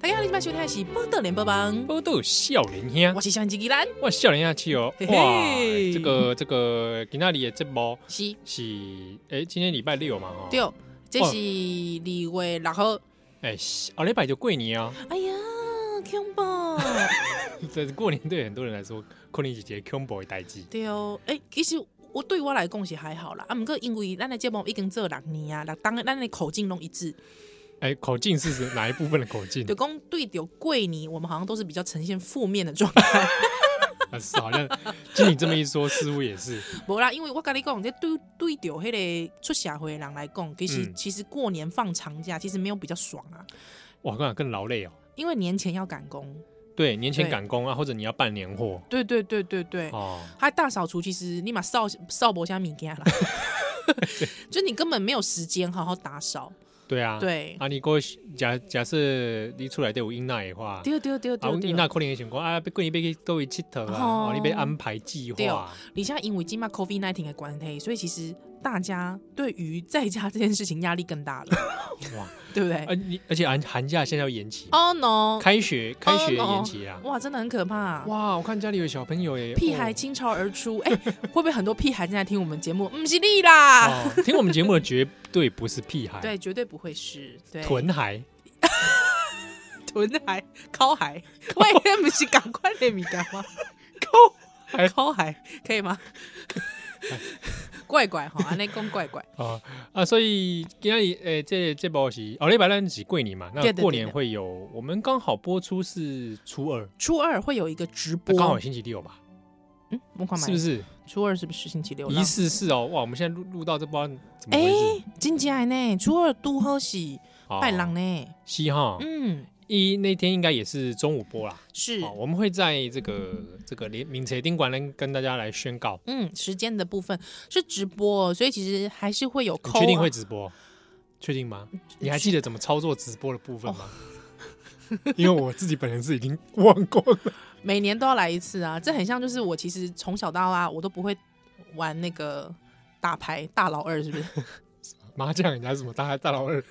大家好，你今晚收听的是《波特连播帮》，我都有笑脸我兄，是小鸡鸡兰，哇，笑脸下去哦嘿，嘿哇，这个这个今天里的这波是是哎，今天礼拜六嘛哈，对，哦这是二月六号。哎，下礼拜就过年啊，哎呀，恐怖！ 这过年对很多人来说，可能是一个恐怖的代志，对哦，哎、其实我对我来讲是还好啦，啊，不过因为咱的节目已经做六年啊，六当咱的口径拢一致，哎，口径是指哪一部分的口径就？讲 对着过年，我们好像都是比较呈现负面的状态。 啊是好像经你这么一说，似乎 也是，无啦，因为我跟你讲，这对对着迄个出社会的人来讲，其实、嗯其实过年放长假，其实没有比较爽啊，哇，更更劳累哦。因为年前要赶工。对，年前对赶工啊，或者你要办年货对对对对对，哦，他大扫除，其实立马扫扫不下米给啦， 就你根本没有时间好好打扫。对啊，对，啊，你给我假假设你出来对有英娜的话，对对对啊，对阮对囡。仔可能会想讲啊，要过年要去倒位佚佗啊，哦哦，你要安排计对哦划，你现在因为今嘛 COVID nineteen 的关系，所以其实大家对于在家这件事情压力更大了， 哇，哎对不对而啊你而且寒寒假现在要延期， ？Oh no！开学开学哦延期啊，哇，真的很可怕。哇，我看家里有小朋友耶，屁孩哦倾巢而出，哎、会不会很多屁孩正在听我们节目？嗯，是你啦，哦，听我们节目的绝对不是屁 孩，对，绝对不会是，对，臀孩， 臀孩、尻孩，喂， 那不是赶快的米干吗？哎抠海可以吗？ 怪怪哈，安内公怪怪，啊啊，所以今天诶、这这波是哦，礼拜咱是过年嘛，对那对对过年对会有，我们刚好播出是初二，初二会有一个直那播，刚好星期六吧，嗯，我快买是不是？初二是不是星期六？疑似是哦，哇，我们现在录录到这波怎么哎回事？，真假的呢？初二拄好是哦拜六呢，西哈，嗯，一那天应该也是中午播啦。是，哦，我们会在这个这个联名车宾馆跟跟大家来宣告，嗯，时间的部分是直播，所以其实还是会有你扣，啊确定会直播？确定吗？你还记得怎么操作直播的部分吗？哦 因为我自己本人是已经忘光了。每年都要来一次啊，这很像就是我其实从小到大我都不会玩那个打牌，大老二是不是？麻将人家什么大大 老二？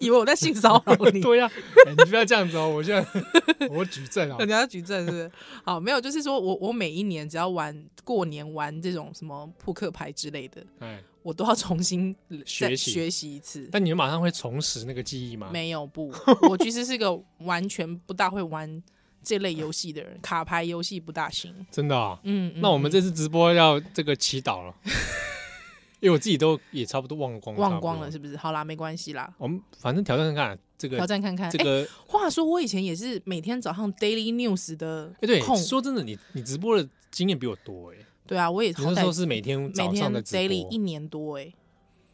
以为我在性骚扰你？ 对呀、哎你不要这样子哦！我现在 我举证哦人。家要举证是不是？ 好，没有，就是说我我每一年只要玩过年玩这种什么扑克牌之类的，哎，我都要重新学再习啊学习一次。但你们马上会重拾那个记忆吗？ 没有 不，我其实是个完全不大会玩这类游戏的人，卡牌游戏不大行。真的啊、嗯，嗯那我们这次直播要这个祈 祷了，因为我自己都也差不多忘光，忘光了差不多。是不是？好啦，没关系啦，我们反正挑战看看这挑个战看看。这哎个话说我以前也是每天早上 daily news 的哎、对，控，说真的，你你直播的经验比我多哎、对啊，我也你好那时候歹是每天每早天上的直 daily 播，一年多哎、欸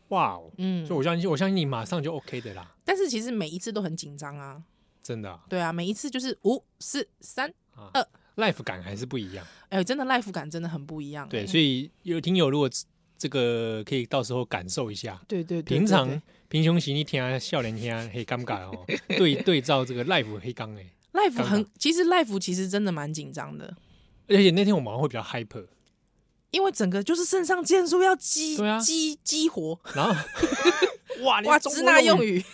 哇哦！嗯所以，我相信，我相信你马上就 OK 的啦，但是其实每一次都很紧张啊。真的啊对啊，每一次就是五四三，啊、呃 l i f e 感还是不一样。哎，真的 life 感真的很不一样、对，哎所以有听友如果这个可以到时候感受一下，对对对，平对常对平胸型一天笑脸天黑尴尬哦，对对照这个 life 黑刚哎， life 刚很，其实 life 其实真的蛮紧张的，而且那天我们好像会比较 hyper，因为整个就是肾上腺素要激对啊激激活，然后哇 哇，支那用语语，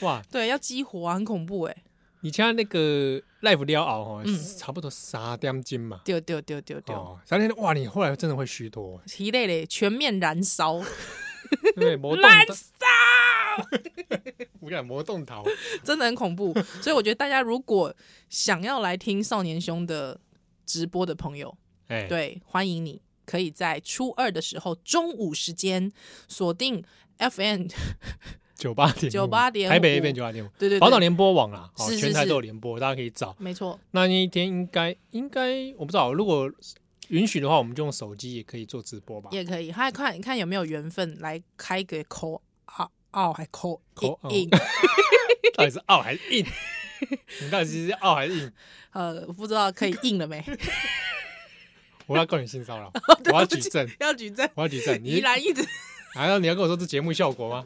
哇， 对，要激活啊，很恐怖哎，你像那个 life 撩熬哦嗯，差不多三点钟嘛。丢丢丢丢丢，哦，三天哇，你后来真的会虚脱，疲累嘞，全面燃烧， 对不对？魔动燃桃，烧， 我讲魔动 桃，真的很恐怖，所以我觉得大家如果想要来听少年兄的直播的朋友，哎，对，欢迎你可以在初二的时候中午时间锁定 FN，九八点98.5台北 A 变九八点五，对对对，宝岛联播网啦，哦，是是全台是都有联播，大家可以找。没错，那那一天应该应该我不知道，如果允许的话，我们就用手机也可以做直播吧。也可以，还看看有没有缘分来开个 call 啊。哦，还 call Call out 硬，到底是傲还 是硬？你到底是傲还是硬？呃，不知道可以硬了 没？我要告你性骚扰，我 对要不举起证，要举证，我要举证。依你然一直，难道你要跟我说这节目效果吗？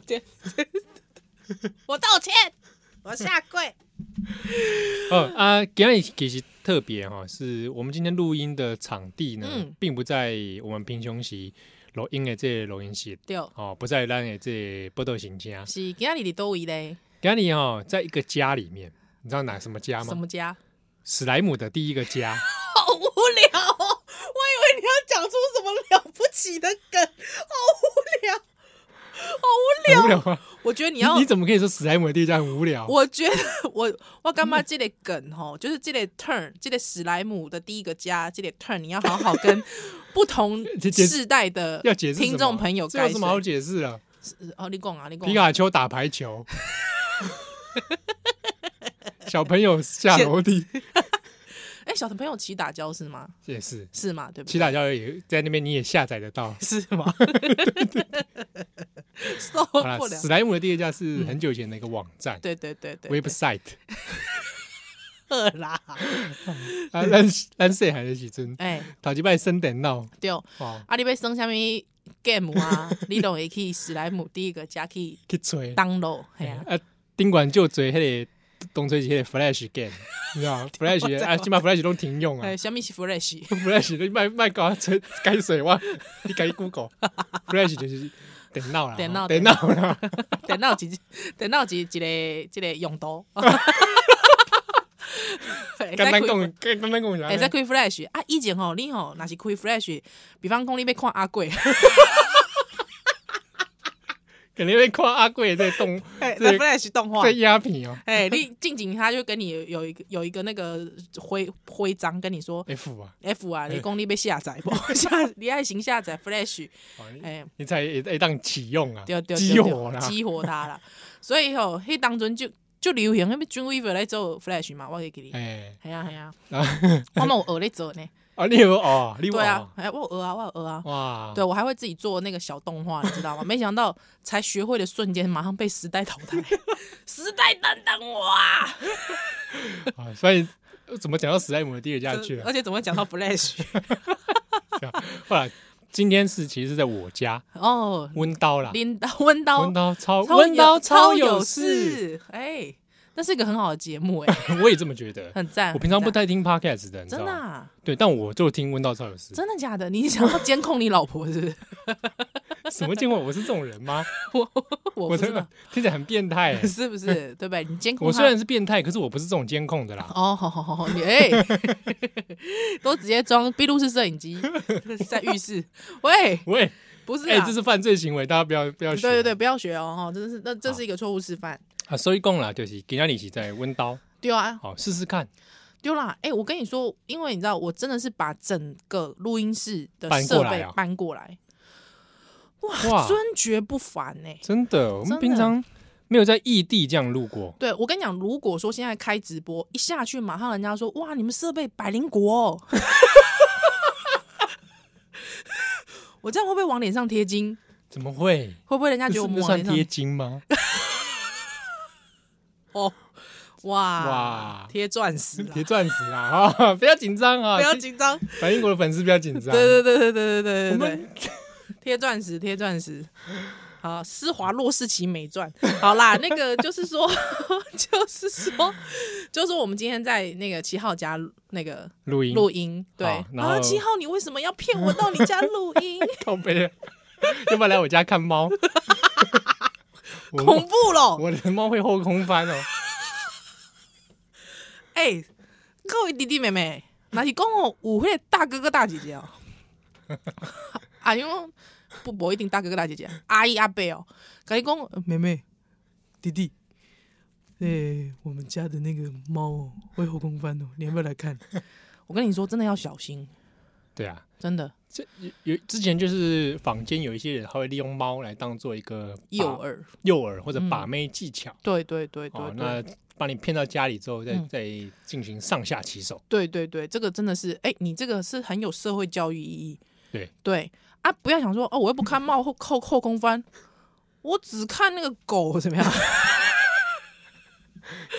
我道歉， 我下跪。 嗯哦啊，今天其实特别哈、是我们今天录音的场地呢，嗯并不在我们平胸席录音的这个录音室对，哦，不在咱的这个波豆行家，是今天你的都位嘞，哦今天哈、在一个家里面，你知道哪什么家什吗？么家？史莱姆的第一 个家，好无聊哦！我以为你要讲出什么了不起的梗，好无聊。很无聊啊！我觉得 你你要，你怎么可以说史莱姆的第一家很无聊？我觉得我我干嘛这类梗吼， 就是这类 turn，这类史莱姆的第一个家，这类 turn，你要好好跟不同这这世代的 要解释什么听众朋友这有解什释么好解释了？哦，你讲啊，你讲皮卡丘打 排球，小朋友下楼梯哎、小朋友骑打胶是吗？也是，是吗？对不对？。七大教也在那边你也下载得到是 吗？ 受好啦不，了史！莱姆的第一家是很久以前的一个网站嗯对对对对， website 饿啦！啊，咱咱细汉的时阵，哎、头一摆生电脑对，哦，啊，你要耍啥物 game 啊？你都会去史莱姆第一个家去去吹 download，嘿 啊，啊，顶管就做迄个东吹是迄个 Flash game，你知道 吗 Flash 啊，起码 Flash 都停用啊哎，什么是 Flash？ ，Flash 你卖卖搞吹改水 哇，你改 Google，Flash 就是电脑啦，电脑电脑啦。电脑一 电脑一一个一个用途。 会使 简单开讲，简单讲会使啥？开 Flash 啊！以前吼，你吼若是开 Flash，比方讲你要看阿 贵，肯定会看阿贵这动哎这那 Flash 动画这，鸦片哦哎，你近景他就跟你有有一个有一个那个徽徽章跟你说，F 啊， F 啊，你讲你被下载不？ 下你爱行下载 Flash，哦你哎，你才会会当启用啊，对对对，激活啦对，激活它啦。所以吼，迄当阵就就流行那个 Dreamweaver 来做 Flash 嘛，我会给你。哎，系啊系 啊，然后我嘛有学咧做呢。啊，你有哦，你有对啊哦，，哎，我有鹅啊，我有鹅啊，哇，对我还会自己做那个小动画，你知道吗？没想到才学会的瞬间，马上被时代淘汰， 时代等等我啊！啊，所以怎么讲到史莱姆的第二家去啊而了？且怎么会讲到 Flash？呃后来今天是其实是在我家哦，温刀啦，拎刀温刀温刀超哦超温刀有超有有事，，哎，那是一个很好的节目哎， 我也这么觉得。很赞。 我平常不很赞太听 podcast 的，你知真的道吗？啊，对，但我就听温刀超有事。真的假的？你想要监控你老婆是不是？ 什么见过？我是这种人吗？我 我不我知真道的听起来很变态欸。 是不是对不对？你监控我她虽然是变态，可是我不是这种监控的啦。哦，好好好好，你 哎，都直接装闭路式摄影机在浴室。喂，喂，不是哎、啊，这是犯罪行为，大家不要不要学。对对对，不要学哦，哈，真的是那这是一个错误示范。啊，所以讲啦，就是给他你是在温刀，丢啊，好试试看，丢啦！哎，我跟你说，因为你知道，我真的是把整个录音室的搬过设来备啊搬过来，哇哇，啊真觉不凡呢。真的，我真们的平常没有在异地这样路过，对我跟你讲，如果说现在开直播，一下去马上人家说哇，你们设备百灵国、 哦，我这样会不会往脸上贴金？怎么会？会不会人家那觉得是我那们往算脸上贴 金吗？哦，哇哇贴钻石啦贴！钻石啊！哈，不要紧张 啊！不要紧 张，反英国的粉丝不要紧张。对对对对对对对对对我们，贴钻石，贴钻石。好，施华洛世奇美钻。好啦，那个就是说， 就是说，就是说，我们今天在那个七号家那个录音录音，对好，然后啊，七号，你为什么要骗我到你家录 音？靠背啊， 要不要来我家 看猫？我恐怖咯！我的猫会后空翻哦。哎、各位弟弟妹妹，那是讲哦，舞会大哥哥大姐姐哦， 啊，因为不不一定大哥哥大姐姐，阿姨阿伯哦，跟你讲，呃妹妹弟弟，哎、我们家的那个猫哦会后空翻哦，你要不要来看？我跟你说，真的要小心，对啊，真的这有有之前就是坊间有一些人，他会利用猫来当做一个把诱饵，诱饵或者嗯把妹技巧，对对对对哦，对。那把你骗到家里之后，再、嗯再进行上下其手。对对对，这个真的是，哎、你这个是很有社会教育意义。对对啊，不要想说哦，我又不看帽后后后空翻，我只看那个狗怎么样？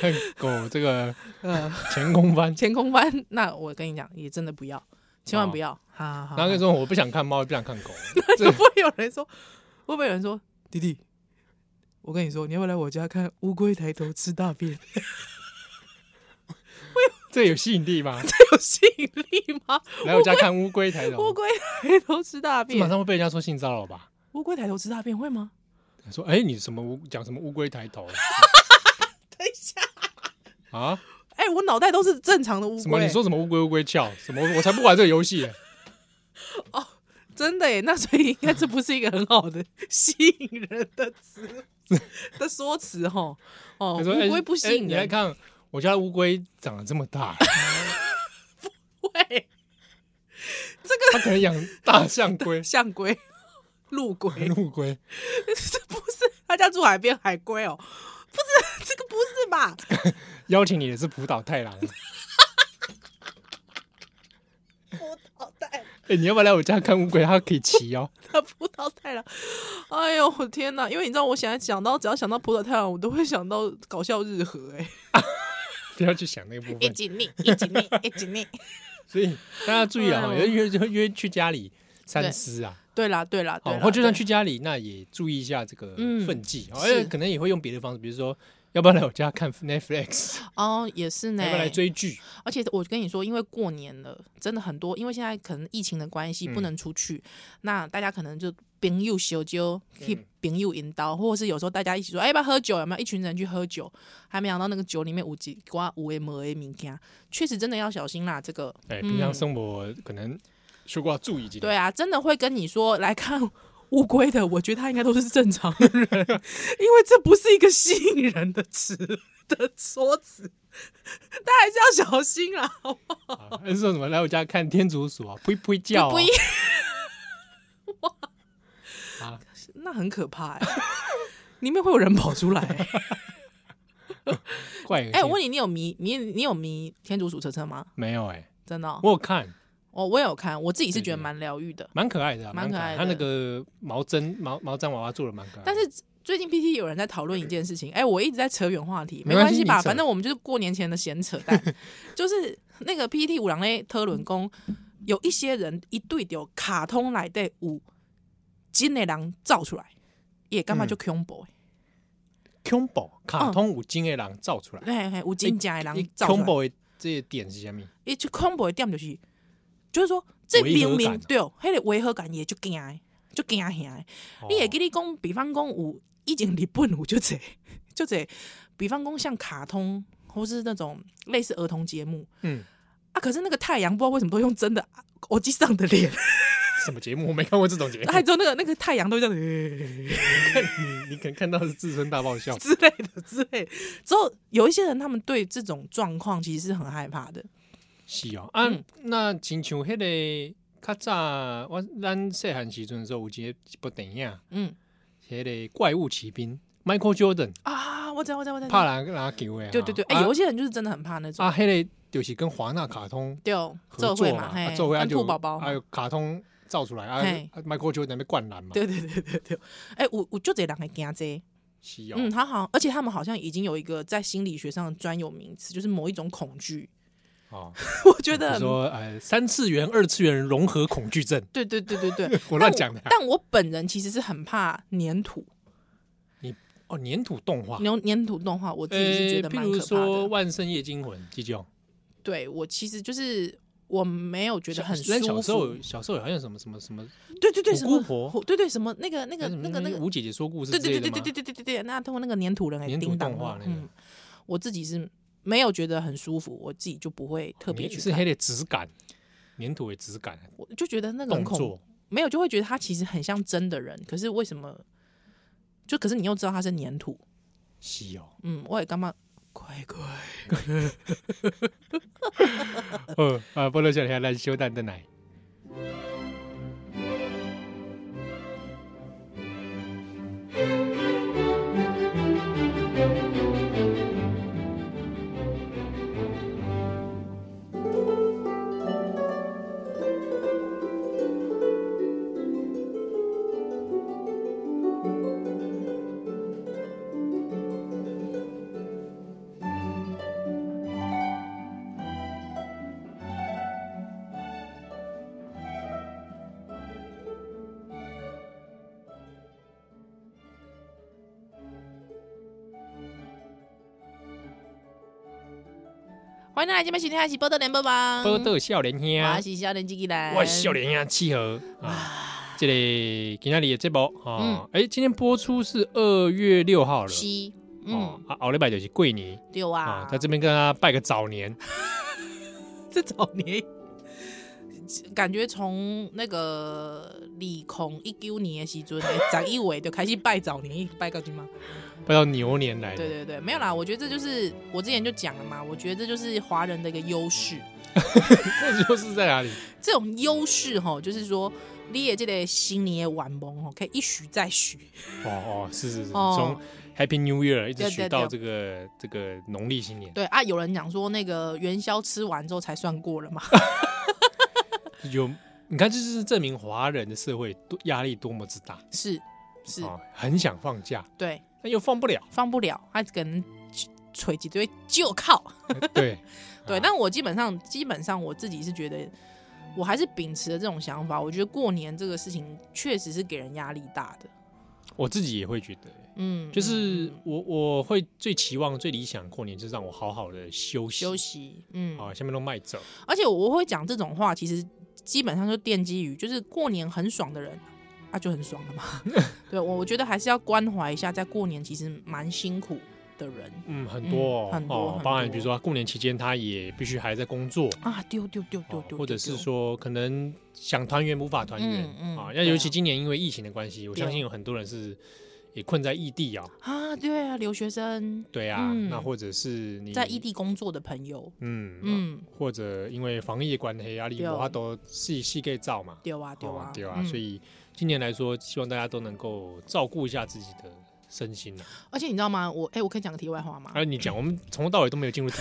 看狗这个嗯，，前空翻前空翻，那我跟你讲，也真的不要，千万不要。好好好，哦然后会就说我不想看猫，也不想看狗，这不会有人说？会不会有人说，弟弟？我跟你说，你要不要来我家看乌龟抬头吃大便？ 这有吸引力吗？这有吸引力吗？来我家看乌龟抬乌头，龟抬头吃大这马便，上会被人家说性骚扰吧？乌龟抬头吃大便会吗？ 说哎、你什么乌讲什么乌龟抬头？等一下，啊？哎、我脑袋都是正常的乌什么？龟、你说什么乌龟乌龟叫？什么？我才不玩这个游戏耶！真的耶？那所以应该这不是一个很好的吸引人的词的说辞吼。哦，他说哎乌龟不吸哎引你来人，看，我家的乌龟长得这么大，喂，、它可能养大象 龟 象龟、陆龟，陆龟，这不是他家住海边海龟哦，不是这个不是吧？邀请你也是浦岛太郎。葡萄太，哎，你要不要来我家看乌龟？它可以骑哦。 他葡萄太郎，哎呦我天哪！因为你知道，我现在想到只要想到葡萄太郎，我都会想到搞笑日和、哎，不要去想那个部分。起腻，一起腻，一起腻。所以大家注意啊，哎呦要约约约去家里三思啊。 对啦，对啦，对哦，啦，或就算对去家里，那也注意一下这个嗯分际，哦是而且可能也会用别的方式，比如说，要不要来我家看 Netflix，哦，也是呢，要不要来追剧？而且我跟你说，因为过年了，真的很多，因为现在可能疫情的关系嗯不能出去，那大家可能就朋友小酒，去嗯朋友引导，或者是有时候大家一起说，哎、要不要喝酒？有没有一群人去喝酒？还没想到那个酒里面有几瓜五 M 的物件，确实真的要小心啦。这个，哎，平常生活可能说过要注意几点。对啊，真的会跟你说来看。乌龟的，我觉得他应该都是正常的人， 因为这不是一个吸引人的词 的说辞， 但还是要小心啦，好不好？啊， 那是说什么来我家看天竺鼠啊，呸呸叫哦不一啊，那很可怕、欸，里面会有人跑出来、欸。怪恶心。哎、我问你，你有迷你你有迷天竺鼠车车吗？没有哎，真的哦、我有看，我我也有看，我自己是对觉得对蛮疗愈的。蛮可爱的啊，蛮蛮可可爱爱的的。他那个毛针毛毛毡娃娃做的蛮可爱的，但是最近 PT 有人在讨论一件事情，哎、我一直在扯远话题，没没关关系系吧，你扯反正我们就是过年前的闲扯 淡。就是那个 PT 五郎嘞特伦宫，有一些人一对有卡通来的有金的狼造出来，也干嘛就 combo 哎、 Combo 卡通五金的狼造出来，嘿嘿，有金甲的哎狼哦造出来。 Combo 的这些点是什么？伊就 combo 的点就是，就是说这违和明明感啊对，迄个违和感也就惊的，就惊吓的。你会哦记你讲，比方讲有以前日本有就 这就这，比方讲像卡通或是那种类似儿童节目嗯，啊，可是那个太阳不知道为什么都用真的我机上的 脸，什么节目？我没看过这种节 目， 还有那个那个太阳都这样 欸你你可能看到的是自身大 爆笑之类的之类的。之后有一些人他们对这种状况其实是很害怕的。是哦啊嗯，那亲像迄个较早我咱细汉时阵的时候有一个一部电影，嗯迄个怪物骑兵 Michael Jordan 啊，我知道我知道我知拍道，篮篮球的啊，对对对，哎、啊有一些人就是真的很怕那种。啊，迄个就是跟华纳卡通对，合这作会嘛，嘛，嘿啊，做会啊跟就兔宝宝嘛，还有卡通造出来啊嘿啊，Michael Jordan 被灌篮嘛，对对对对对，哎、我我就这两个惊这，是哦，嗯，他好像，而且他们好像已经有一个在心理学上的专有名词，就是某一种恐惧， 哦，我觉你得，说呃，三次元、二次元融合恐 惧症，对对对对 对，我乱讲的啊但我。但我本人其实是很怕粘土，哦，粘土动画，粘粘土动画，我自己是觉呃，得譬蛮如可怕说《的。万圣夜惊魂》这种，对我其实就是我没有觉得很舒小小时候服有，小时候好像有什么什么什么，对对对，五什么姑婆对对什么那个那个还是嗯什么那个那个吴姐姐说故事对之对类对对的嘛对对对对对，那通过那个粘土人来粘土叮当动画那个嗯，我自己是没有觉得很舒服，我自己就不会特别你去是看，黑的质感，粘土的质感，我就觉得那个很动恐怖，作没有就会觉得他其实很像真的人，可是为什么？就可是你又知道他是粘土，是哦，嗯，我也干嘛？乖乖，呃啊，波罗小天来修蛋的奶，嗯欢迎大家今晚收听《喜波特联播吧》，波罗笑脸我兄，啊是少年机器人，我笑脸兄契合啊，哦嗯这里今天里的节目啊，哎，今天播出是二月六号了，西，哦嗯，，啊，奥利拜就是桂年对啊啊，，在这边跟他拜个早 年，这早年， 感觉从那个李孔一九年的时 阵，长一尾就开始拜早年，一直拜到今嘛。拜到牛年来对的。对对，没有啦，我觉得这就是我之前就讲了嘛，我觉得这就是华人的一个优势。 这就是在哪里？这种优势吼，就是说你也这个新年的晚梦吼，可以一许再许。哦哦，是是是，哦从 Happy New Year 一直对许对到这对个这个农历新年，对啊，有人讲说那个元宵吃完之后才算过了嘛。 有你看，这就是证明华人的社会多压力多么之大是是，啊，很想放假，对，但又放不 了。放不了，他可能锤几堆就靠。对对，啊但我基本上基本上我自己是觉得，我还是秉持着这种想法。我觉得过年这个事情确实是给人压力大的。我自己也会觉得，嗯，就是嗯嗯我我会最期望、最理想过年，就是让我好好的休息，休息，嗯，啊，下面都卖走，而且我会讲这种话，其实基本上就奠基于，就是过年很爽的人，啊，就很爽了嘛。 对我，我觉得还是要关怀一下，在过年其实蛮辛苦的人嗯，很多哦，嗯很多哦很包含多比如说过年期间他也必须还在工作，啊，丢丢丢丢哦丢，或者丢是，说可能想团圆无法团圆嗯嗯啊，那对尤其啊今年因为疫情的关系，我对啊相信有很多人是也困在异地啊，丢啊，对啊，留学生对啊，嗯那或者是你在异，地工作的朋友，嗯嗯，嗯，或者因为防疫的关系啊，你对无法都细细给照嘛，丢啊丢啊对啊，嗯所以今年来说，希望大家都能够照顾一下自己的身心啊。而且你知道吗？我哎、我可以讲个题外话吗？而你讲，我们从头到尾都没有进入题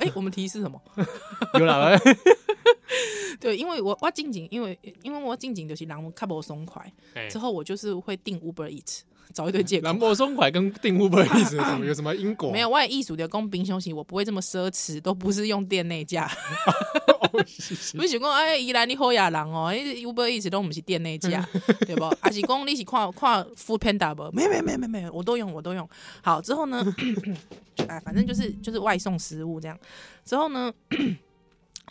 哎、我们题是什么？内，有啦，对，因为我我近景，因为因为我近景就是人较无爽快，哎之，后我就是会订 Uber Eat，找一堆借口。兰博松快跟定物不意思有什么有什么因果？没有，我的艺术的工冰休息，我不会这么奢侈，都不是用店内价。哦，是是不是讲哎，宜兰你好野人哦，迄 Uber Eats 都不是店内价，嗯对 不？还是讲你是看看 Food Panda 不？没有没有没有没有没有，我都用我都用。好之 后呢，哎，反正就是就是外送食物这样。之后呢，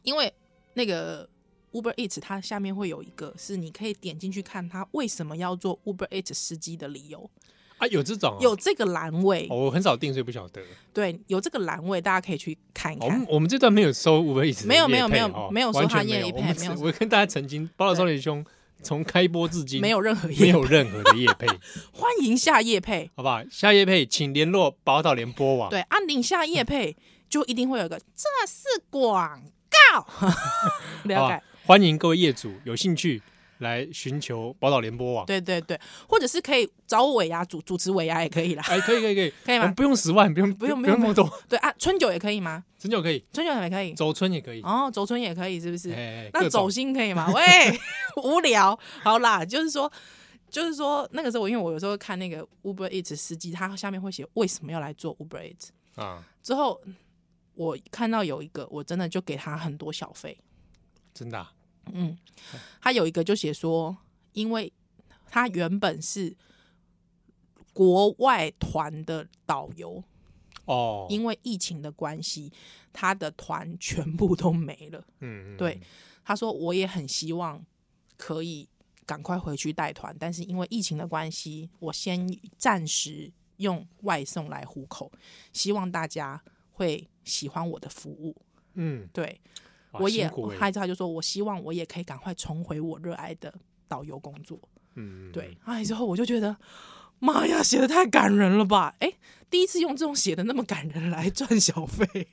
因为那个 Uber Eats 它下面会有一个是你可以点进去看它为什么要做 Uber Eats 司机的理由，啊，有这种啊有这个栏位哦，，我很少订，所以不晓得。哦对，有这个栏位，大家可以去看一我看们。我们这段没有收五位意思，没有没有业配没有哦没有收完全他业没有配我们没有只收我跟大家澄清，《宝岛少年兄》从开播至今没有任何嗯没业有，任何的业配，欢迎下夜配。好不好？下业配请联络宝岛联播网。对，按宁夏叶配就一定会有一个，这是广 告，了好啊解吧。欢迎各位业主有兴趣来寻求宝岛联播网。对对对，或者是可以找我尾牙主主持尾牙也可以啦。哎，可以可以可以，可以吗我们不用十万，不用啊不用不不用用那么多，对啊，春酒也可以吗？陈九可以，春酒也可以，走村也可以。哦，走春也可以，是不是？哎，那各种走心可以 吗？喂，无聊，好啦，就是说，就是说，那个时候我因为我有时候看那个 Uber Eats 司机，他下面会写为什么要来做 Uber Eats，啊，之后我看到有一个，我真的就给他很多小费，真的啊嗯，他有一个就写说，因为他原本是国外团的导游，哦，因为疫情的关系，他的团全部都没了。嗯，嗯对，他说我也很希望可以赶快回去带团，但是因为疫情的关系，我先暂时用外送来糊口，希望大家会喜欢我的服务。嗯，对哇我也辛苦，哎还他就说我希望我也可以赶快重回我热爱的导游工作。嗯，嗯对，，哎，之后我就觉得，妈呀，写的太感人了吧！哎，第一次用这种写的那么感人来赚小费，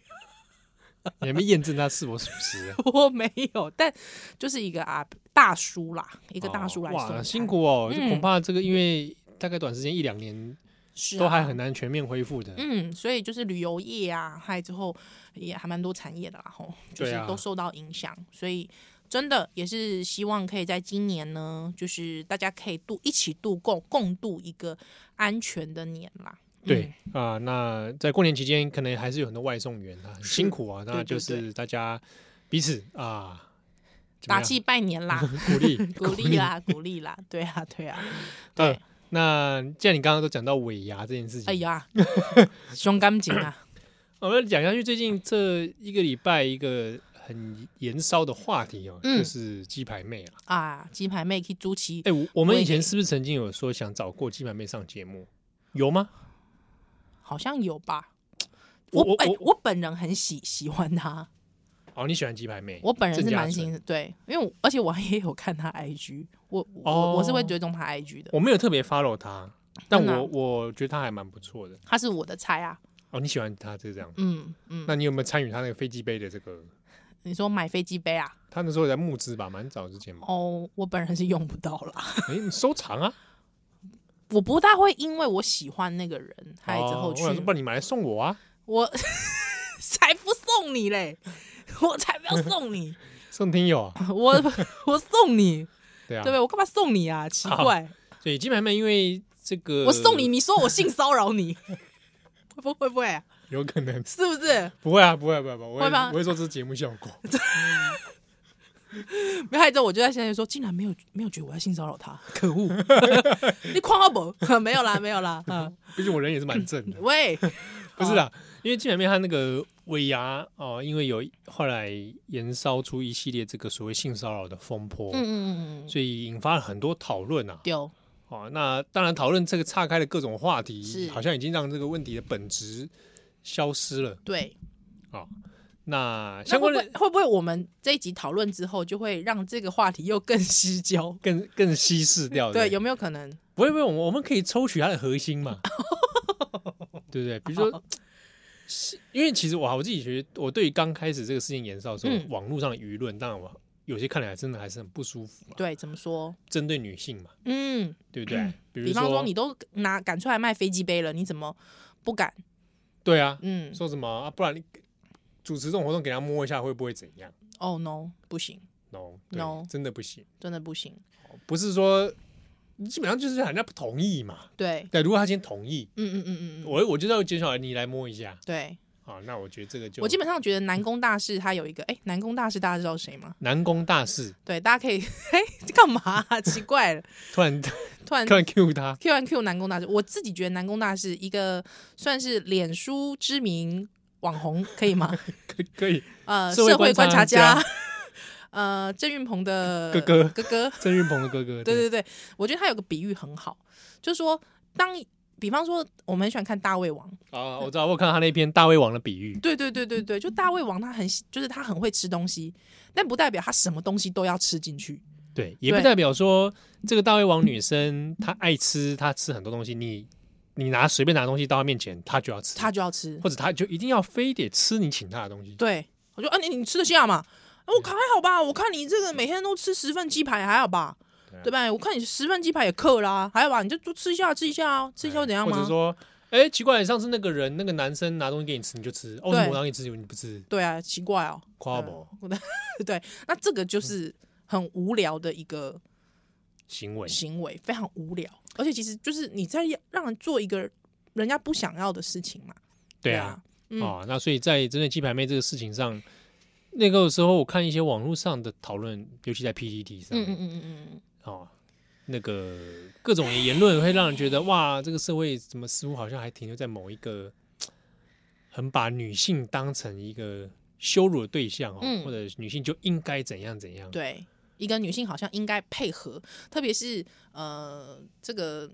你还没验证它是否属实啊。我没有，但就是一个啊大叔啦，一一个大叔来送、哇，辛，苦哦，嗯恐怕这个因为大概短时间一两年是、啊、都还很难全面恢复的。嗯，所以就是旅游业啊，还之后也还蛮多产业的啦，吼，就对是啊都受到影响，所以真的也是希望可以在今年呢，就是大家可以度一起度共共度一个安全的年啦。对嗯啊、那在过年期间，可能还是有很多外送员啊，很是辛苦啊。对那就对是大家彼此啊，怎么打样气拜年啦，鼓励 啊鼓励。啦，鼓励啦， 对啊，对啊，呃对，那既然你刚刚都讲到尾牙这件事情，哎 呀，胸感情啊，我们讲下去，最近这一个礼拜一个很延烧的话题哦，嗯就是鸡排妹啊。啊，鸡排妹去朱奇哎、我我们我以也前是不是曾经有说想找过鸡排妹上节目？有吗？好像有吧。我我我本我我本人很喜喜欢他，哦，你喜欢鸡排妹？我本人郑是家蛮纯欣对，因为我而且我也有看他 IG，我我、哦我是会追踪他 IG 的，我没有特别 follow 他，但真的啊我我觉得他还蛮不错的。他是我的菜啊。哦，你喜欢他就这样？嗯嗯，那你有没有参与他那个飞机杯的这个？你说买飞机杯啊？他那时候在募资吧，蛮早 之前嘛。哦，我本人是用不到啦。哎、你收藏啊！我不大会因为我喜欢那个人，还之后哦去、我想说，不然你买来送我啊，我 才不送你嘞，我才不要送你，送听友 啊。我我送你，对啊，对不对？我干嘛送你啊？奇怪，所以鸡排妹因为这个，我送你，你说我性骚扰你，会不会不会啊？有可能是不是？不会啊，不会不会不会，我会吗我会说这是节目效 果。没害之后，我就在现在说，竟然没有没有觉得我在性骚扰他，可 恶！你夸我不？ 没有啦，没有啦，嗯，毕竟我人也是蛮 正的， 喂，不哦是啦，因为鸡排妹她那个尾牙哦，因为有后来延烧出一系列这个所谓性骚扰的风波，嗯嗯嗯嗯嗯，所以引发了很多讨论啊。丢，哦，那当然讨论这个岔开的各种话题，是好像已经让这个问题的本质消失了。对，那那相会关不的会会不会我们这一集讨论之后，就会让这个话题又更失焦？更更稀释掉的，对，有没有可能？不会不会，我们我们可以抽取它的核 心嘛，对不对？比如说，是因为其实我我自己觉得，我对于刚开始这个事情延烧的时候，嗯网络上的舆论，当然我有些看来真的还是很不舒服嘛，啊对，怎么说？针对女性嘛，嗯，对不对？比如比方说你都拿赶出来卖飞机杯了，你怎么不敢？对啊，嗯说什么啊？不然你主持这种活动给他摸一下会不会怎样，Oh no，不行， ？No 对 No 真的不行，真的不行。不是说基本上就是人家不同意嘛。对，对，如果他先同意，嗯嗯嗯嗯嗯，我我就要接下来你来摸一下对啊，那我觉得这个就我基本上觉得南宫大师他有一个，哎、南宫大师大家知道谁吗？南宫大士对，大家可以，哎、 干嘛啊、奇怪了，突然突然突然 Q 他， Q N Q 南宫大师，我自己觉得南宫大师一个算是脸书知名网红，可以吗？可可以，呃， 社社会会观观察察家家，呃，郑运鹏的 哥哥哥哥，郑云鹏的哥哥， 对对对，我觉得他有个比喻很好，就是说，当比方说，我们很喜欢看大胃王，啊，我知道，我有看到他那篇大胃王的比喻，对对对对对，就大胃王他很喜就是他很会吃东西，但不代表他什么东西都要吃进去，对，也不对代表说这个大胃王女生她爱吃，她吃很多东西，你你拿随便拿东西到她面前，她就要吃，他就要吃。或者她就一定要非得吃你请她的东西，对，我就啊你你吃得下嘛？啊我看还好吧，我看你这个每天都吃十份鸡排还好吧对啊？对吧？我看你十份鸡排也克啦，还好吧？你就多吃一下，吃一下啊，吃一下会怎样哎或者吗？说，哎，奇怪，上次那个人那个男生拿东西给你吃，你就吃，哦，为什么对我拿给你吃，你不吃？对啊，奇怪哦，夸我那这个嗯就是很无聊的一个行为，行为，非常无聊，而且其实就是你在让人做一个人家不想要的事情嘛。对啊，，嗯哦，那所以在针对鸡排妹这个事情上，那个时候我看一些网络上的讨论，尤其在 PPT 上嗯嗯面，嗯嗯嗯，哦，那个各种的言论会让人觉得哇，这个社会怎么似乎好像还停留在某一个很把女性当成一个羞辱的对象哦，嗯或者女性就应该怎样怎样。对，一个女性好像应该配合，特别是呃，这个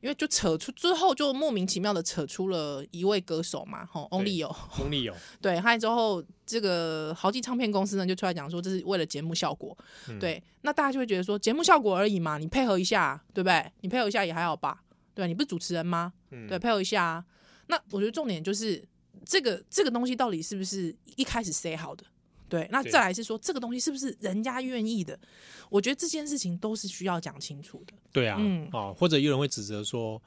因为就扯出之后，就莫名其妙的扯出了一位歌手嘛，吼，Only 有 功力有哦对，还有之后这个豪记唱片公司呢就出来讲说这是为了节目效果，嗯对，那大家就会觉得说节目效果而已嘛，你配合一下，对不对？你配合一下也还好吧，对，你不是主持人吗？嗯对，配合一下啊。那我觉得重点就是这个这个东西到底是不是一开始 say 好的？对，那对再来是说这个东西是不是人家愿意的？我觉得这件事情都是需要讲清楚的。对啊，嗯哦，或者有人会指责说，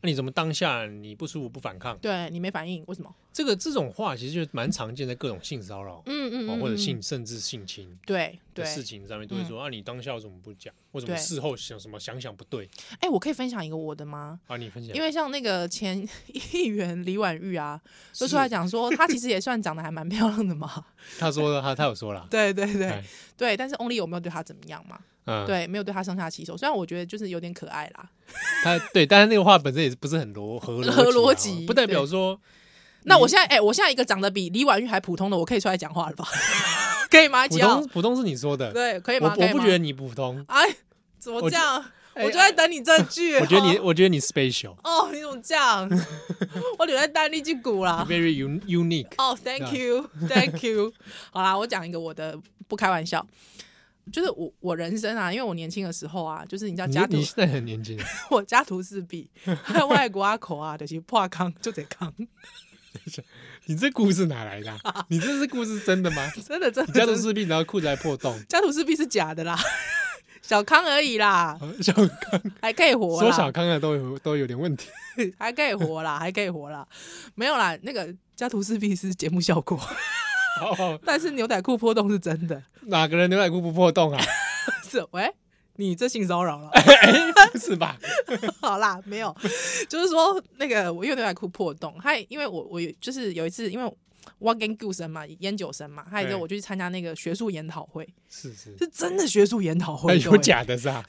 那、你怎么当下你不舒服不反抗？对你没反应，为什么？这个这种话其实就蛮常见在各种性骚扰、嗯嗯哦嗯，或者嗯性甚至性侵。对的对。事情上面都会说、啊，你当下为什么不讲？为什嗯么对事后想什么想想不对哎，我可以分享一个我的吗？啊？你分享，因为像那个前 议员李婉玉啊，就是出来讲说，她其实也算长得还蛮漂亮的嘛。 他说的，他他有说了，对对对哎对，但是 Only 有没有对她怎么样嘛？嗯，对，没有对她上下其手。虽然我觉得就是有点可爱啦，他对，但是那个话本身也是不是很逻合合逻逻辑啊，辑不代表说嗯那我现在，哎、我现在一个长得比李婉玉还普通的，我可以出来讲话了吧？ 可以吗？普吉奥通，普通是你说的，对，可以我吗？可我以不吗觉得你普通，哎，怎么这样？我就在等你这句。我觉得你，哦我觉得你 special，哦，你怎么这样？ 我留在单立进股 啦。 very un- unique。哦、t h a n k you，Thank you。好啦，我讲一个我的，不开玩笑，就是我我人生啊，因为我年轻的时候啊，就是你知道家你徒你，现在很年轻， 我家徒四壁， 还有外国阿口啊，就是破康就得康，你这故事哪来的啊、 你这是故事真的吗？真的真的，你家真都的是病，然后裤子还破洞， 家徒四壁是假的啦， 小康而已啦，啊小康还可以活说小啦，康的都有都有点问题。还可以活啦， 还可以活啦，没有啦，那个家徒四壁是节目效果， 哦，但是牛仔裤破洞是真的。 哪个人牛仔裤不破洞啊？ 哎是，喂，你这性骚扰了？不是吧？好啦，没有，就是说那个我因为牛仔裤破洞，还因为我我有就是有一次，因为我跟 g 生嘛，烟酒生嘛，还有就对我去参加那个学术研讨会，是是，是真的学术研讨会，各那哎有位假 的是吧？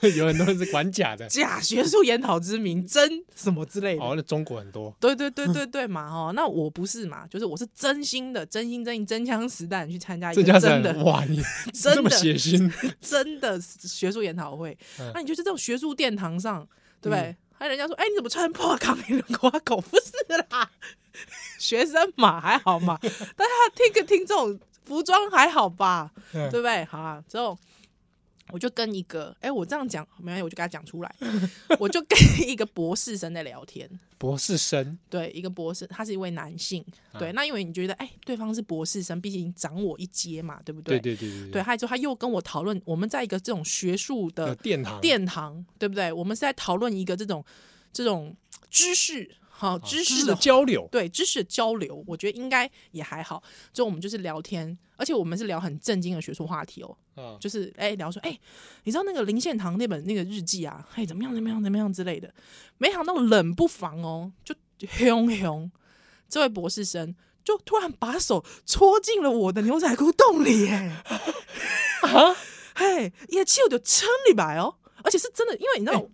有很多人是管假欸的。假学术研讨之名，真什么之类的。哦，那中国很多。对对嗯对对对嘛哦，那我不是嘛，就是我是真心的，真心真意、真枪实弹地去参加一这个家哎真人的哇， 你真的这么血 腥，真的学术研讨会，嗯那你就是这种学术殿堂上，对不对嗯？还有人家说，哎，你怎么穿破钢你的瓜狗？不是啦， 学生嘛，还好嘛。但他听个听这种服装还好吧，嗯对不对？好啊，之后我就跟一个，哎，我这样讲没关系，我就给他讲 出来，我就跟一个博士生在聊天，博士生对，一个博士，他是一位男性，对，那因为你觉得，哎，对方是博士生，毕竟长我一阶嘛，对不对对？对对对对，，啊他就他又跟我讨论，我们在一个这种学术有的呃殿堂殿堂，对不对？我们是在讨论一个这种这种知识，好、啊知识识的的、交流，对知识的交流，我觉得应该也还好。就我们就是聊天，而且我们是聊很正经的学术话题哦，啊，就是哎聊说哎，你知道那个林献堂那本那个日记啊，哎怎么样怎么样怎么样之类的，没想到冷不防哦，就熊熊这位博士生。就突然把手戳进了我的牛仔裤洞里、哎，啊嘿，哎也气我就撑你白哦，而且是真的，因为你知道，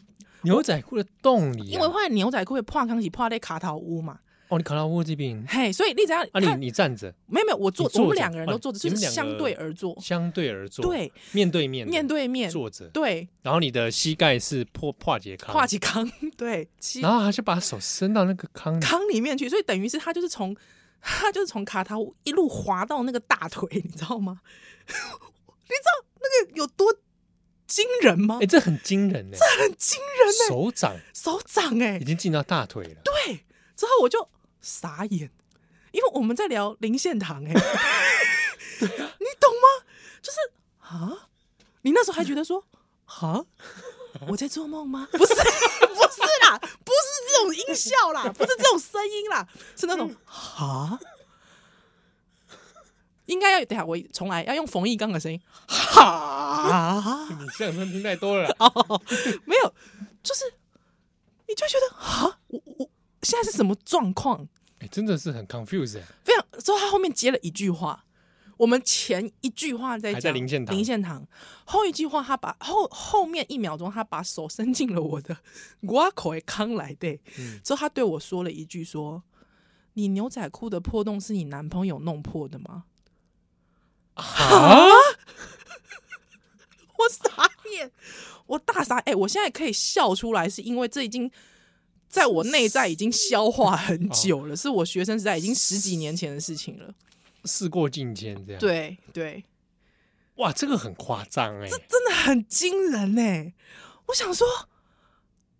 牛仔裤的洞里啊，因为后来牛仔裤会破康是破在卡头屋嘛，哦，你考到卧 这边嘿，所以你只要啊，看、你你站着，没有没有，我坐你坐着我们两个人都坐着，哦就是你们两个相对而坐，相对而坐，，对，面对面的面对面，坐着，对，然后你的膝盖是破跨节康，跨起康， 对，七然后他就把手伸到那个 康里，康里面去，所以等于是他就是从他就是从卡塔屋一路滑到那个大腿，你知道吗？ 你知道那个有多惊人吗？哎，这很惊人呢， 很惊人，手掌手掌哎、已经进到大腿了，之后我就傻眼，因为我们在聊林献堂哎、你懂吗？就是啊，你那时候还觉得说啊，我在做梦吗？ 不是，不是啦，不是这种音效啦，不是这种声音啦，是那种啊。应该要等一下，我重来要用冯一刚的声音，哈，你相声听太多了啦，没有，就是你就觉得啊，我我现在是什么状况？哎，真的是很 confused，哎非常。之后他后面接了一句话，我们前一句话在还在讲林献堂林献堂，后一句话他把后后面一秒钟他把手伸进了我的我口的康来的，嗯之后他对我说了一句说：“你牛仔裤的破洞是你男朋友弄破的吗啊，？”我傻眼，我大傻哎、我现在可以笑出来，是因为这已经。在我内在已经消化很久哦了，是我学生时代已经十几年前的事情了。事过境迁这样，，对对，哇，这个很夸张哎，真的很惊人呢、欸我想说，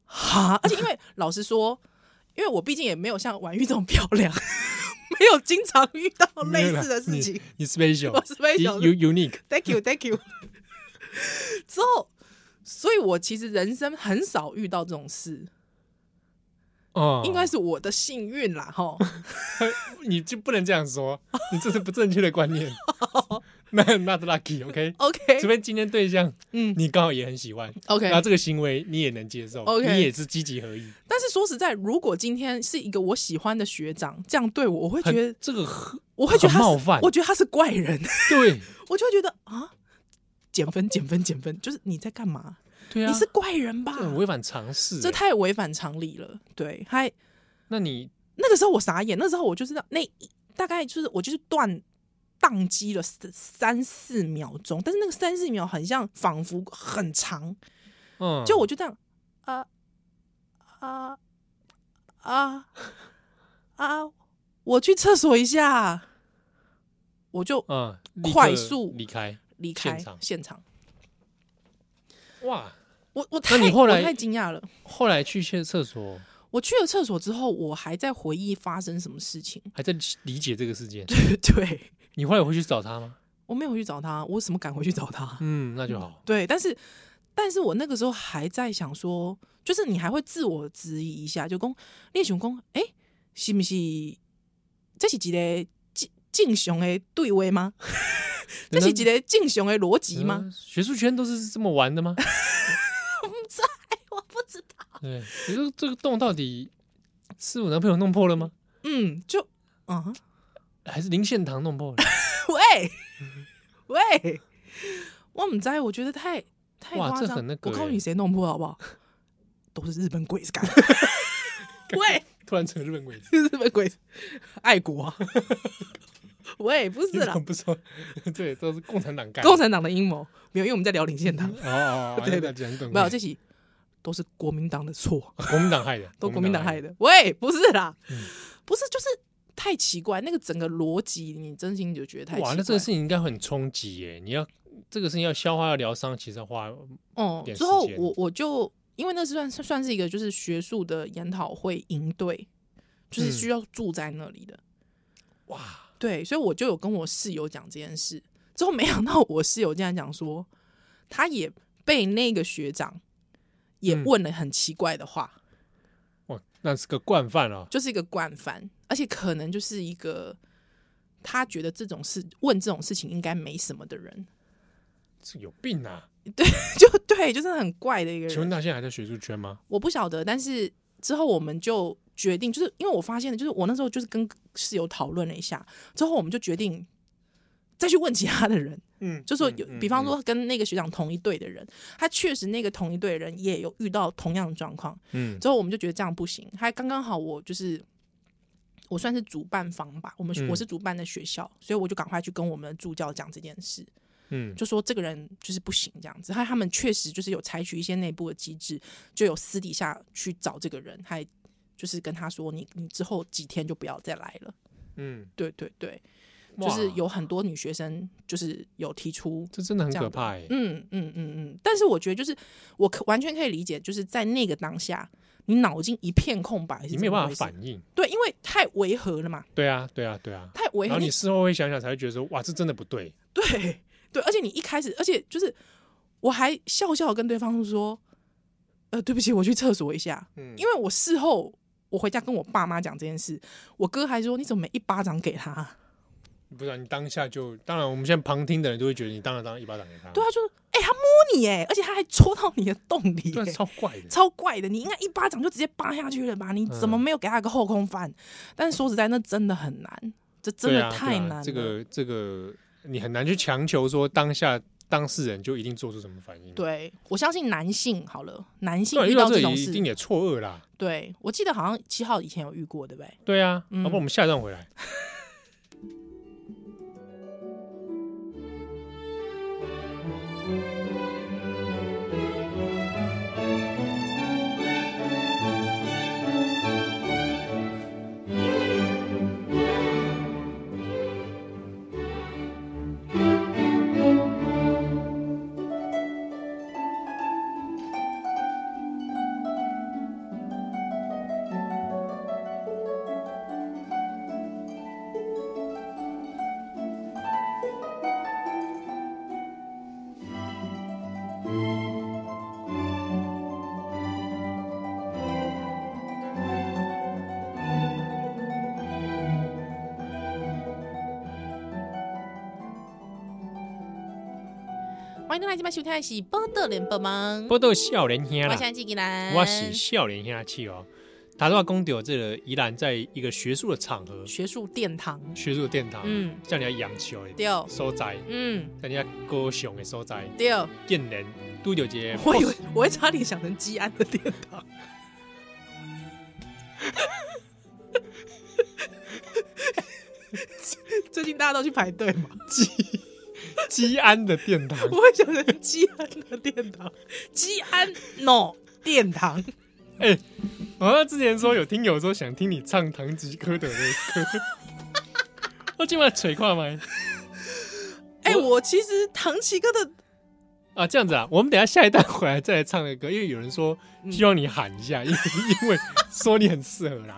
哈，而且因为老实说，因为我毕竟也没有像婉玉这种漂亮， 没有经常遇到类似的事 情。你 special，我 special 你 u- unique， Thank you, Thank you。之后，所以我其实人生很少遇到这种事，哦，应该是我的幸运啦， 哈。你就不能这样说，你这是不正确的观 念。 那 not lucky，OK？、除 OK，非今天对象嗯你刚好也很喜欢， ，OK 然。后这个行为你也能接受 OK 你也是积极合意，但是说实在，如果今天是一个我喜欢的学长这样对我，我会觉很得，这个很我会觉得他很是冒犯我觉得他是怪人。对我就会觉得啊，减分、减分、减分，就是你在干嘛？对啊，你是怪人吧这？很违反常识、这欸太违反常理了。对，还那你那个时候我傻眼，那时候我就知道那一大概就是我就是断宕机了三三四秒钟，但是那个三四秒很像，仿佛很长，嗯，就我就这样啊啊啊啊！我去厕所一下，我就嗯，立刻快速离开。离开现场现场。哇，我我太那你后来我太惊讶了。后来去厕厕所，我去了厕所之后，我还在回忆发生什么事情。 还在理解这个事件。对，你后来回去找他吗？我没有回去找他，我怎么敢回去找他？嗯，那就好。对，但是但是我那个时候还在想说，就是你还会自我质疑一下，就讲练熊讲，哎、是不是这是一个正正常的对位吗？ 这是一个正常的逻辑吗？嗯学术圈都是这么玩的 吗？我不知道。对，你说这个洞到底是我男朋友弄破了吗？嗯，就嗯，还是林献堂弄破了？ 喂喂，我唔知，我觉得太太哇夸这张。很那个我告诉欸你，谁弄破好不好？都是日本鬼子 干的。 喂，突然扯 日本鬼子，日本鬼子爱国啊。 喂，不是日啦本，不说， 对，都是共产党干的。共产党的阴谋没有，因为我们在聊林献堂，哦哦，哦对的，讲日本没有鬼这子些都是国民党的错，国哦民党害的，都国民党害的。的。喂，不是啦嗯，不是，就是太奇怪，那个整个逻辑，你真心就觉得太奇怪。哇，那这个事情应该很冲击耶！你要这个事情要消化要疗伤，其实要花哦、点之时后间我我就因为那是算算是一个就是学术的研讨会营队，就是嗯需要住在那里的，哇，对，所以我就有跟我室友讲这件事。之后没想到我室友竟然讲说，他也被那个学长也嗯问了很奇怪的话，哇，那是个惯犯哦。就是一个惯犯，而且可能就是一个他觉得这种事问这种事情应该没什么的人， 这有病啊！就对，就是很怪的一个请问人。他现在还在学术圈吗？我不晓得，但是之后我们就决定，就是因为我发现了，就是我那时候就是跟室友讨论了一下，之后我们就决定再去问其他的人，嗯，就说有嗯，比方，说跟那个学长同一队的人，他确实那个同一队的人也有遇到同样的状况，嗯之后我们就觉得这样不行，还刚刚好我就是我算是主办方吧，我们、嗯我是主办的学校，所以我就赶快去跟我们的助教讲这件事，嗯，就说这个人就是不行这样子。他他们确实就是有采取一些内部的机制，就有私底下去找这个人，还就是跟他说你你之后几天就不要再来了。嗯，对对对，哇就是有很多女学生就是有提出这真的很这可样的怕耶。嗯嗯嗯嗯，但是我觉得就是我可完全可以理解，就是在那个当下，你脑筋一片空白，你没有办法，反应。对，因为太违和了嘛，对啊，对啊，对啊。太违然和，后你你事后会想想，才会觉得说，哇，这真的不对。 对对，而且你一开始，而且就是我还笑笑地跟对方说，呃，对不起，我去厕所一下，嗯因为我事后我回家跟我爸妈讲这件事，我哥还说你怎么没一巴掌给他啊、为不然啊你当下就，当然我们现在旁听的人都会觉得你当然当然一巴掌给他，对，他就哎、他摸你哎、而且他还戳到你的洞里、 对啊，哎超怪的。超怪的，你应该一巴掌就直接扒下去了吧？你怎么嗯没有给他一个后空翻？但是说实在，那真的很难，这真对的啊对太啊难了。这个这个你很难去强求说当下当事人就一定做出什么反应。对我相信男性好了，男性对，遇遇到这这种里一事，定也错愕啦。对我记得好像七号以前有遇过，对不对？对啊，嗯要不然我们下一段回来。欢迎大家今晚收听的是《波特连帮忙》，波豆笑脸兄我啦，是季吉兰，我是笑脸兄气哦。打到公丢这个宜兰，在一个学术的场合，学术殿堂，学术殿堂，嗯，叫你要养球的对，哦所在，嗯，叫你要高雄的所在，对，哦见人都有个我 boss，以为我会差点想成吉安的殿堂， 最近大家都去排队嘛，基基安的殿堂，我会想成基安的殿堂，基安 no 殿堂，好像哦之前说有听友说想听你唱堂吉诃德的歌， 我今晚锤跨麦哎、我我其实唐吉诃德啊，这样子啊，我们等一下下一段回来再来唱那个歌，因为有人说嗯希望你喊一下，因 为因为说你很适合 啦。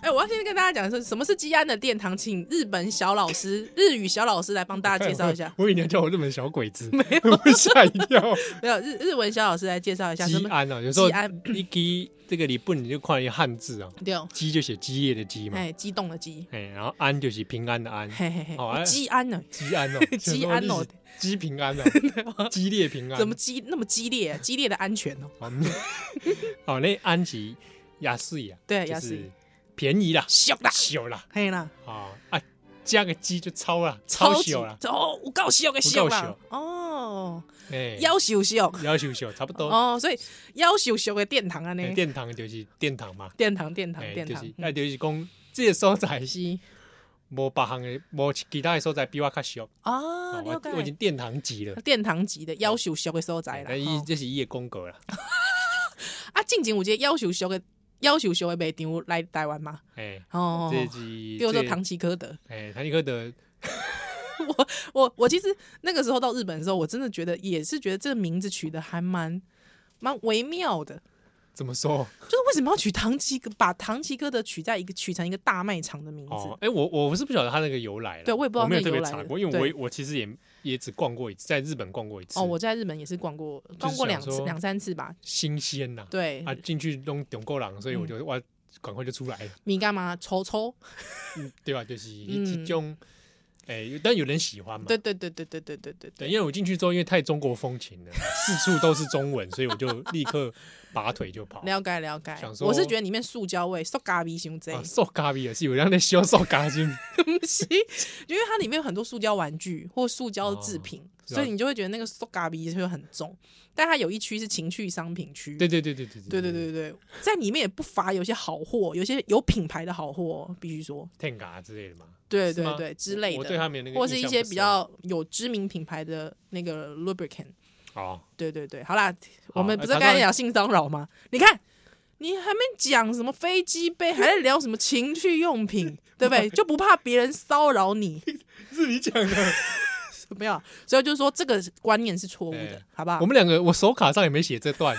哎、我要先跟大家讲是什么是基安的殿堂，请日本小老师、日语小老师来帮大家介绍 。一下我以为你要叫我日本小 鬼子，没有吓一跳。没有日日文小老师来介绍一下什基么安啊，有时候基安一基这个你不你就看一个汉字啊，对，基就写基业的基嘛，哎，激动的激，哎，然后安就写平安的安，嘿嘿嘿好哎，激安呢？，基安哦 基安哦，基 平安哦，激烈平安，怎么激那么激烈啊？激烈的安全哦，好， 好，哦那安吉雅士呀，对，就雅思是便宜啦，小啦，小啦，可以啦，啊啊，加个鸡就超啦，超级小啦，哦，我够小个小有够啦小，哦，哎，要小小要小小，差不多，哦，所以要小小的殿堂啊呢哎，殿堂就是殿堂嘛，殿堂殿堂哎，殿就堂是，那嗯就是讲这个所在是是无别行的，无其他的所在比我较小，啊，了哦我解我已，经殿堂级了。哎殿堂级的要小小的所在啦哦但。伊吼这是伊的广告啦，啊，进前有一个夭寿俗的夭寿俗的卖场来台湾嘛？哎，哦，这是比比如说唐，吉诃德，哎，唐吉诃德，我我其实那个时候到日本的时候，我真的觉得也是觉得这个名字取得还蛮蛮微妙的，怎么说？就是为什么要取唐吉诃把唐吉诃德取在一个取成一个大卖场的名字？哦，哎、我我不是不晓得它那个由来啦，对我也不知道没有那特个别由来查的过，因为我对也我其实也也只逛过一次，在日本逛过一次。哦，我在日本也是逛过逛过两就是想次说两三次吧，新鲜呐、对，嗯啊，进去弄中够狼，所以我就、哇，赶快就出 来了，米干嘛抽抽？嗯对吧、就是一嗯一种，哎、有但有人喜欢嘛。对对对对对对对对对，对，因为我进去之后，因为太中国风情了，四处都是中文，所以我就立刻拔腿就跑。了解了解想。说我是觉得里面塑胶味、塑胶味凶贼，啊，瘦咖喱也是有人在修瘦咖喱，东西，因为它里面有很多塑胶玩具或塑胶制品，是啊所以你就会觉得那个 s o g a b i 就会很重。但它有一区是情趣商品区，对对对对对对对对对对在里面也不乏有些好货，有些有品牌的好货，必须说， ，Tenga 之类的嘛，对是对吗对之类我对的，他们那个或印是一象些不比深较有知名品牌的那个 lubricant。 哦，对对对，好啦，我们哎不是谈刚到才讲性骚扰吗？你看。你还没讲什么飞机杯，还在聊什么情趣用 品，对不对？就不怕别人骚扰你？是你讲的。 没有，啊所以就是说这个观念是错误的哎，好不好？我们两个，我手卡上也没写这 段。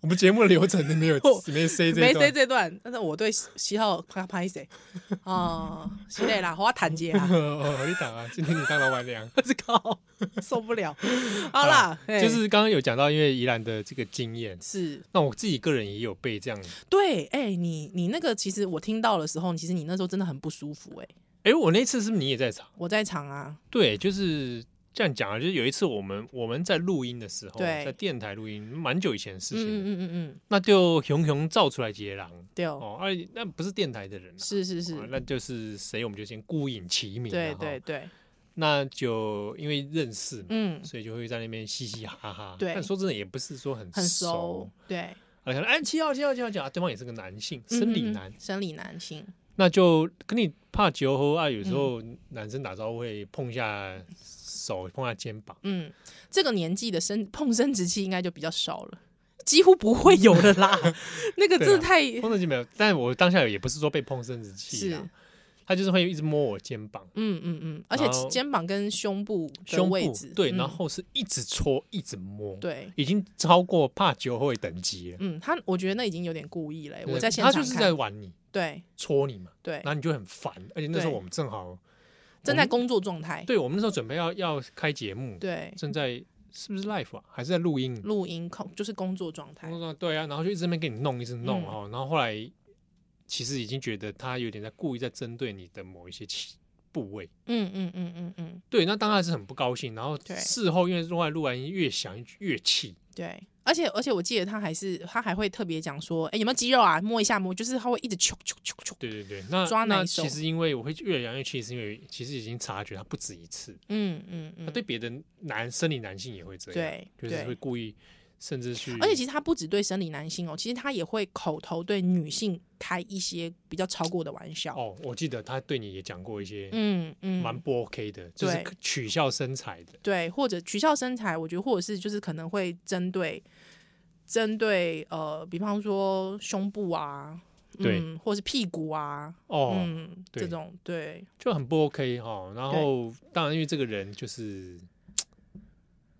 我们节目的流程都没有我没塞这没谁一段，这段，但是我对七号拍拍谁哦，是嘞啦，我谈结啊，哦，你挡啊！今天你当老板 娘，我是靠，受不了。好啦，嘿就是刚刚有讲到，因为宜兰的这个经验，是那我自己个人也有被这样。对，哎、你你那个其实我听到的时候，其实你那时候真的很不舒服、哎，哎，我那次是不是你也在场？我在场啊，对，就是这样讲啊，就是有一次我们我们在录音的时候，啊对在电台录音，蛮久以前的事嗯嗯情了，嗯嗯嗯，那就熊熊照出来杰郎对哦，哦，而且那不是电台的人啊，是是哦是，那就是谁，我们就先孤影其名啊，对哈对对，那就因为认识嘛，嗯，所以就会在那边嘻嘻哈哈。对但说真的，也不是说很很熟熟。，对，啊，可能哎，七号七号七号九啊，对方也是个男性，生理嗯男，嗯嗯生理男性，那就跟你怕酒后啊，有嗯时候男生打招呼会碰一下手，碰一下肩膀。嗯，这个年纪的生碰生殖器应该就比较少了，几乎不会有了 啦。那个真的太啊碰生殖没有，但我当下也不是说被碰生殖器是啊，，他就是会一直摸我肩膀、嗯嗯嗯，而且然后肩膀跟胸部的胸位部置，，对，嗯然后是一直搓，一直摸，，对，已经超过怕酒后的等级了。嗯，他我觉得那已经有点故意了欸，我在现他场就看，是在玩你，对戳你嘛。对然，后你就很烦，而且那时候对我们正好正在工作状态，对我们那时候准备要要开节目，对，正在是不是 live 啊，还是在录音？录音控就是工作状我态，说对啊，然后就一直在那边给你弄，一直弄嗯哦，然后后来其实已经觉得他有点在故意在针对你的某一些气部位。嗯嗯嗯嗯嗯，对，那当然是很不高兴，然后对事后因为录完录完音越想越气，对。而且而且，我记得他还是他还会特别讲说，哎，有没有肌肉啊？摸一下摸，就是他会一直揪揪揪揪，对对对，那抓哪那一手其实因为我会越想越气，是因为其实已经察觉他不止一次，嗯嗯他嗯，对别的男生理男性也会这样，啊对就是对会故意甚至去，而且其实他不只对生理男性哦，其实他也会口头对女性开一些比较超过的玩笑。哦，我记得他对你也讲过一些嗯蛮嗯，不 OK 的，就是对取笑身材的。对，或者取笑身材，我觉得或者是就是可能会针对针对呃，比方说胸部啊，对嗯，或是屁股啊，哦，嗯，对这种对，就很不 OK 哈、然后当然，因为这个人就是，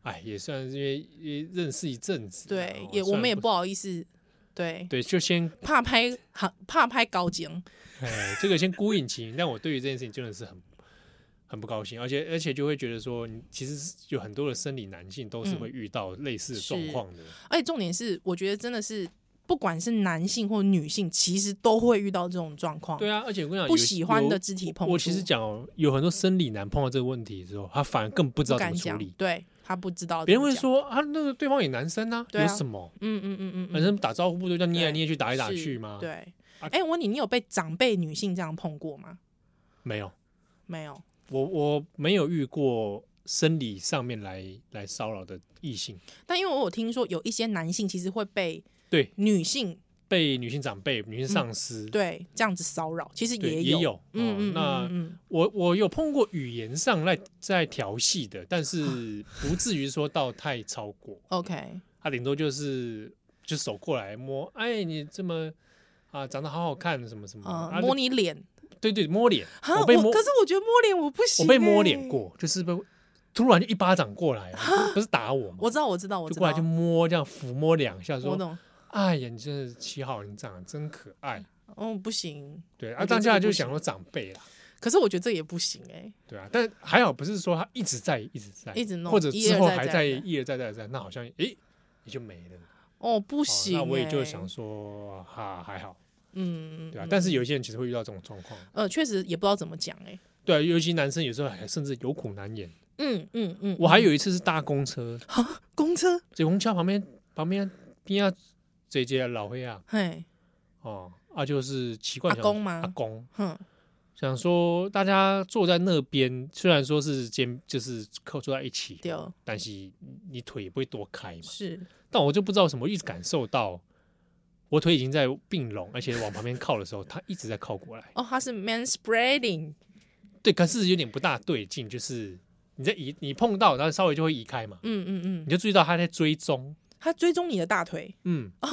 哎，也算是因为也认识一阵子啦，对哦，也虽我然们也不好意思，对，对，就先怕拍行怕拍高警，哎，这个先孤影情，但我对于这件事情真的是很很不高兴，而且而且就会觉得说，你其实是有很多的生理男性都嗯是会遇到类似的状况的，而且重点是，我觉得真的是不管是男性或女性，其实都会遇到这种状况。对啊，而且我跟你讲，不有喜欢的有肢体碰触，我我其实讲哦，有很多生理男碰到这个问题之后，他反而更不知不道怎敢么处讲理，。对他不知道。别人会，说啊，那个对方也男生啊，对啊有什么？嗯嗯嗯嗯，反正打招呼不就叫捏来对捏去、打来来打去吗？，对，啊哎、我问你，你有被长辈女性这样碰过吗？没有，没有。我我没有遇过生理上面来来骚扰的异性，但因为我有听说有一些男性其实会被对，女性被女性长辈、女性上司，嗯对这样子骚扰，其实对也也有。有。哦嗯嗯嗯那嗯嗯，我我有碰过语言上来在调戏的，但是不至于说到太超过， OK，他顶多就是就手过来摸，哎，你这么啊长得好好看什么什么，啊呃，摸你脸，对对摸脸，哈被摸可是我觉得摸脸我不行、欸我被摸脸。过，就是被突然就一巴掌过来，不是打我吗？我知道，我知道，啊我就知过道，来就摸这样抚摸两下，我说懂。哎呀，你真是七号，你长得真可爱。嗯，不行。对我啊，觉得当这下个就不想行说长辈啦，可是我觉得这也不行哎、对啊，但还好不是说他一直在一直在一直弄或者一之而后再还再在而一而再再而三，那好像诶也就没了。哦，不不行、欸那我也就想说哈还好，嗯，嗯，对啊嗯。但是有些人其实会遇到这种状况，呃，确实也不知道怎么讲哎、对啊，尤其男生有时候还甚至有苦难言。嗯嗯嗯，我还嗯有一次是搭公车，啊公车，这虹桥旁边旁边边啊，这这老黑啊，嘿，哦啊就是奇怪阿想公吗阿公哼，想说大家坐在那边，虽然说是肩就是靠坐在一起，对，哦但是你腿也不会多开嘛。是，但我就不知道为什么，我一直感受到我腿已经在并拢，而且往旁边靠的时候，它一直在靠过来。哦，他是 man spreading，对，可是有点不大对劲，就是你在移，你碰到，然后稍微就会移开嘛，嗯嗯你嗯，就注意到它在追踪，他追踪你的大腿，嗯啊，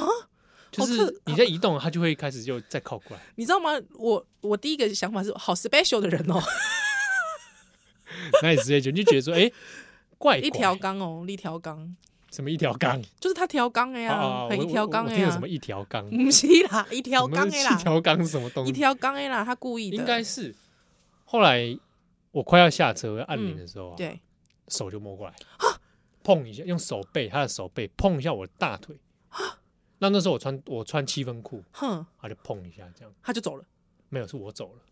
就好是特你在移动，它就会开始就再靠过来。你知道吗？我我第一个想法是，好 special 的人哦，那你直接就你就觉得说，哎，怪怪一条钢哦，一条钢，什么一条杠就是他条钢的呀、啊？很我一条钢我我的听呀、有什么一条杠？不是啦，一条钢的什么啦一，条杠是什么东一西？条钢的啦，他故意的，应该是。后来我快要下车要按铃的时候啊，嗯对，啊手就摸过来，碰一下，用手背他的手背碰一下我的大腿。啊那那时候我穿我穿七分裤，哼，他就碰一下，这样他就走了，没有是我走了，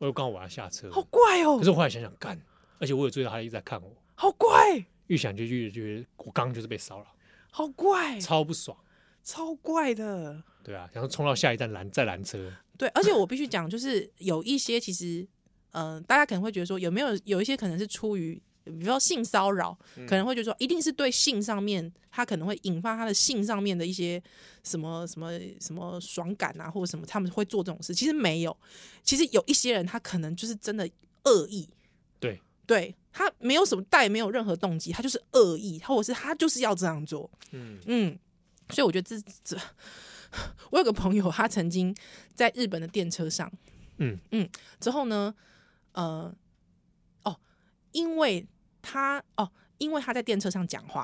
我就刚好我要下车，啊好怪哦可，是我后来想想干，而且我有注意到他一直在看我，好怪，越想就越觉得我刚刚就是被骚扰，好怪，超不爽，超怪的。对啊，然后冲到下一站拦再拦车，对，而且我必须讲，就是有一些其实，嗯、大家可能会觉得说，有没有有一些可能是出于，比如说性骚扰，可能会觉得说，一定是对性上面，他可能会引发他的性上面的一些什么什么什么爽感啊，或者什么，他们会做这种事。其实没有，其实有一些人他可能就是真的恶意，对对他没有什么带，没有任何动机，他就是恶意，或者是他就是要这样做。嗯，嗯，所以我觉得这这， 我有个朋友，他曾经在日本的电车上，嗯嗯，之后呢，呃，哦，因为他哦，因为他在电车上讲话，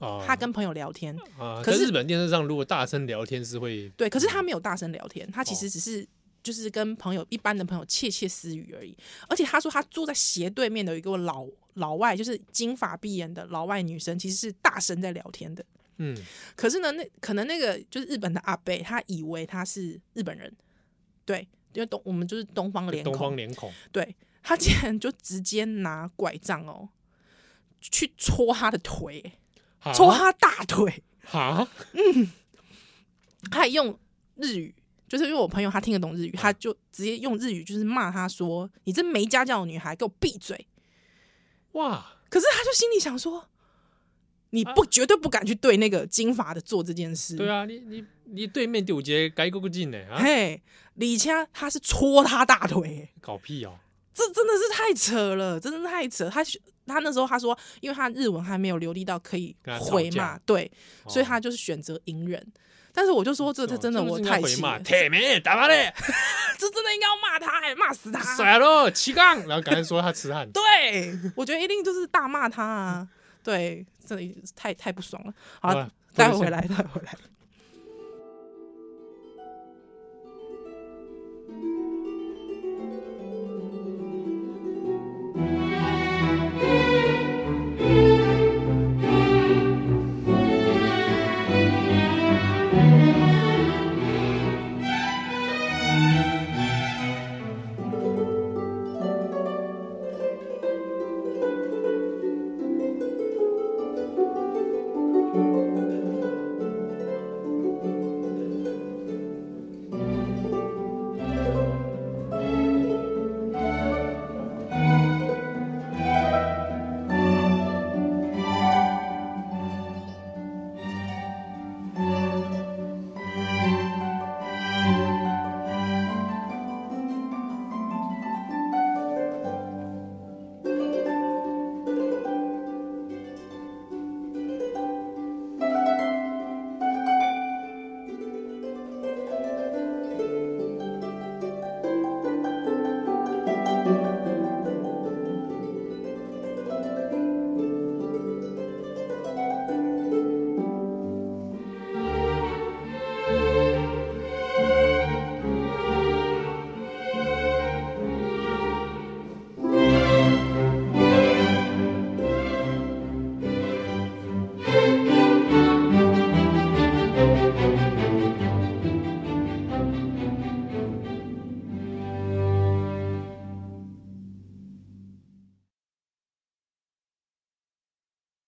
啊、他跟朋友聊天，啊，可在是日本电视上如果大声聊天是会对，可是他没有大声聊天，他其哦实只是。就是跟朋友一般的朋友窃窃私语而已，而且他说他坐在斜对面的有一个老老外，就是金发碧眼的老外女生，其实是大声在聊天的。嗯可是呢，那可能那个就是日本的阿贝，他以为他是日本人，对，因为东我们就是东方脸东方孔，脸孔，对他竟然就直接拿拐杖哦去戳他的腿，哈戳他大腿，哈他还用日语。就是因为我朋友他听得懂日语，啊他就直接用日语就是骂他说：“你这没家教的女孩，给我闭嘴哇！！”啊可是他就心里想说：“你不、绝对不敢去对那个金发的做这件事。对啊，你你你对面第五节改过个进呢啊，嘿，李佳他是戳他大腿、欸搞屁哦！这真的是太扯了，真的太扯。他他那时候他说，因为他日文还没有流利到可以跟他吵回架骂，对，哦所以他就是选择隐忍。但是我就说，这这真的我太气骂，了，铁面打巴嘞，这真的应该要骂他、哎，骂死他！，甩喽，起杠，然后赶紧说他痴汉对，我觉得一定就是大骂他啊！对，真的太太不爽了。好好吧了，带回来，带回来。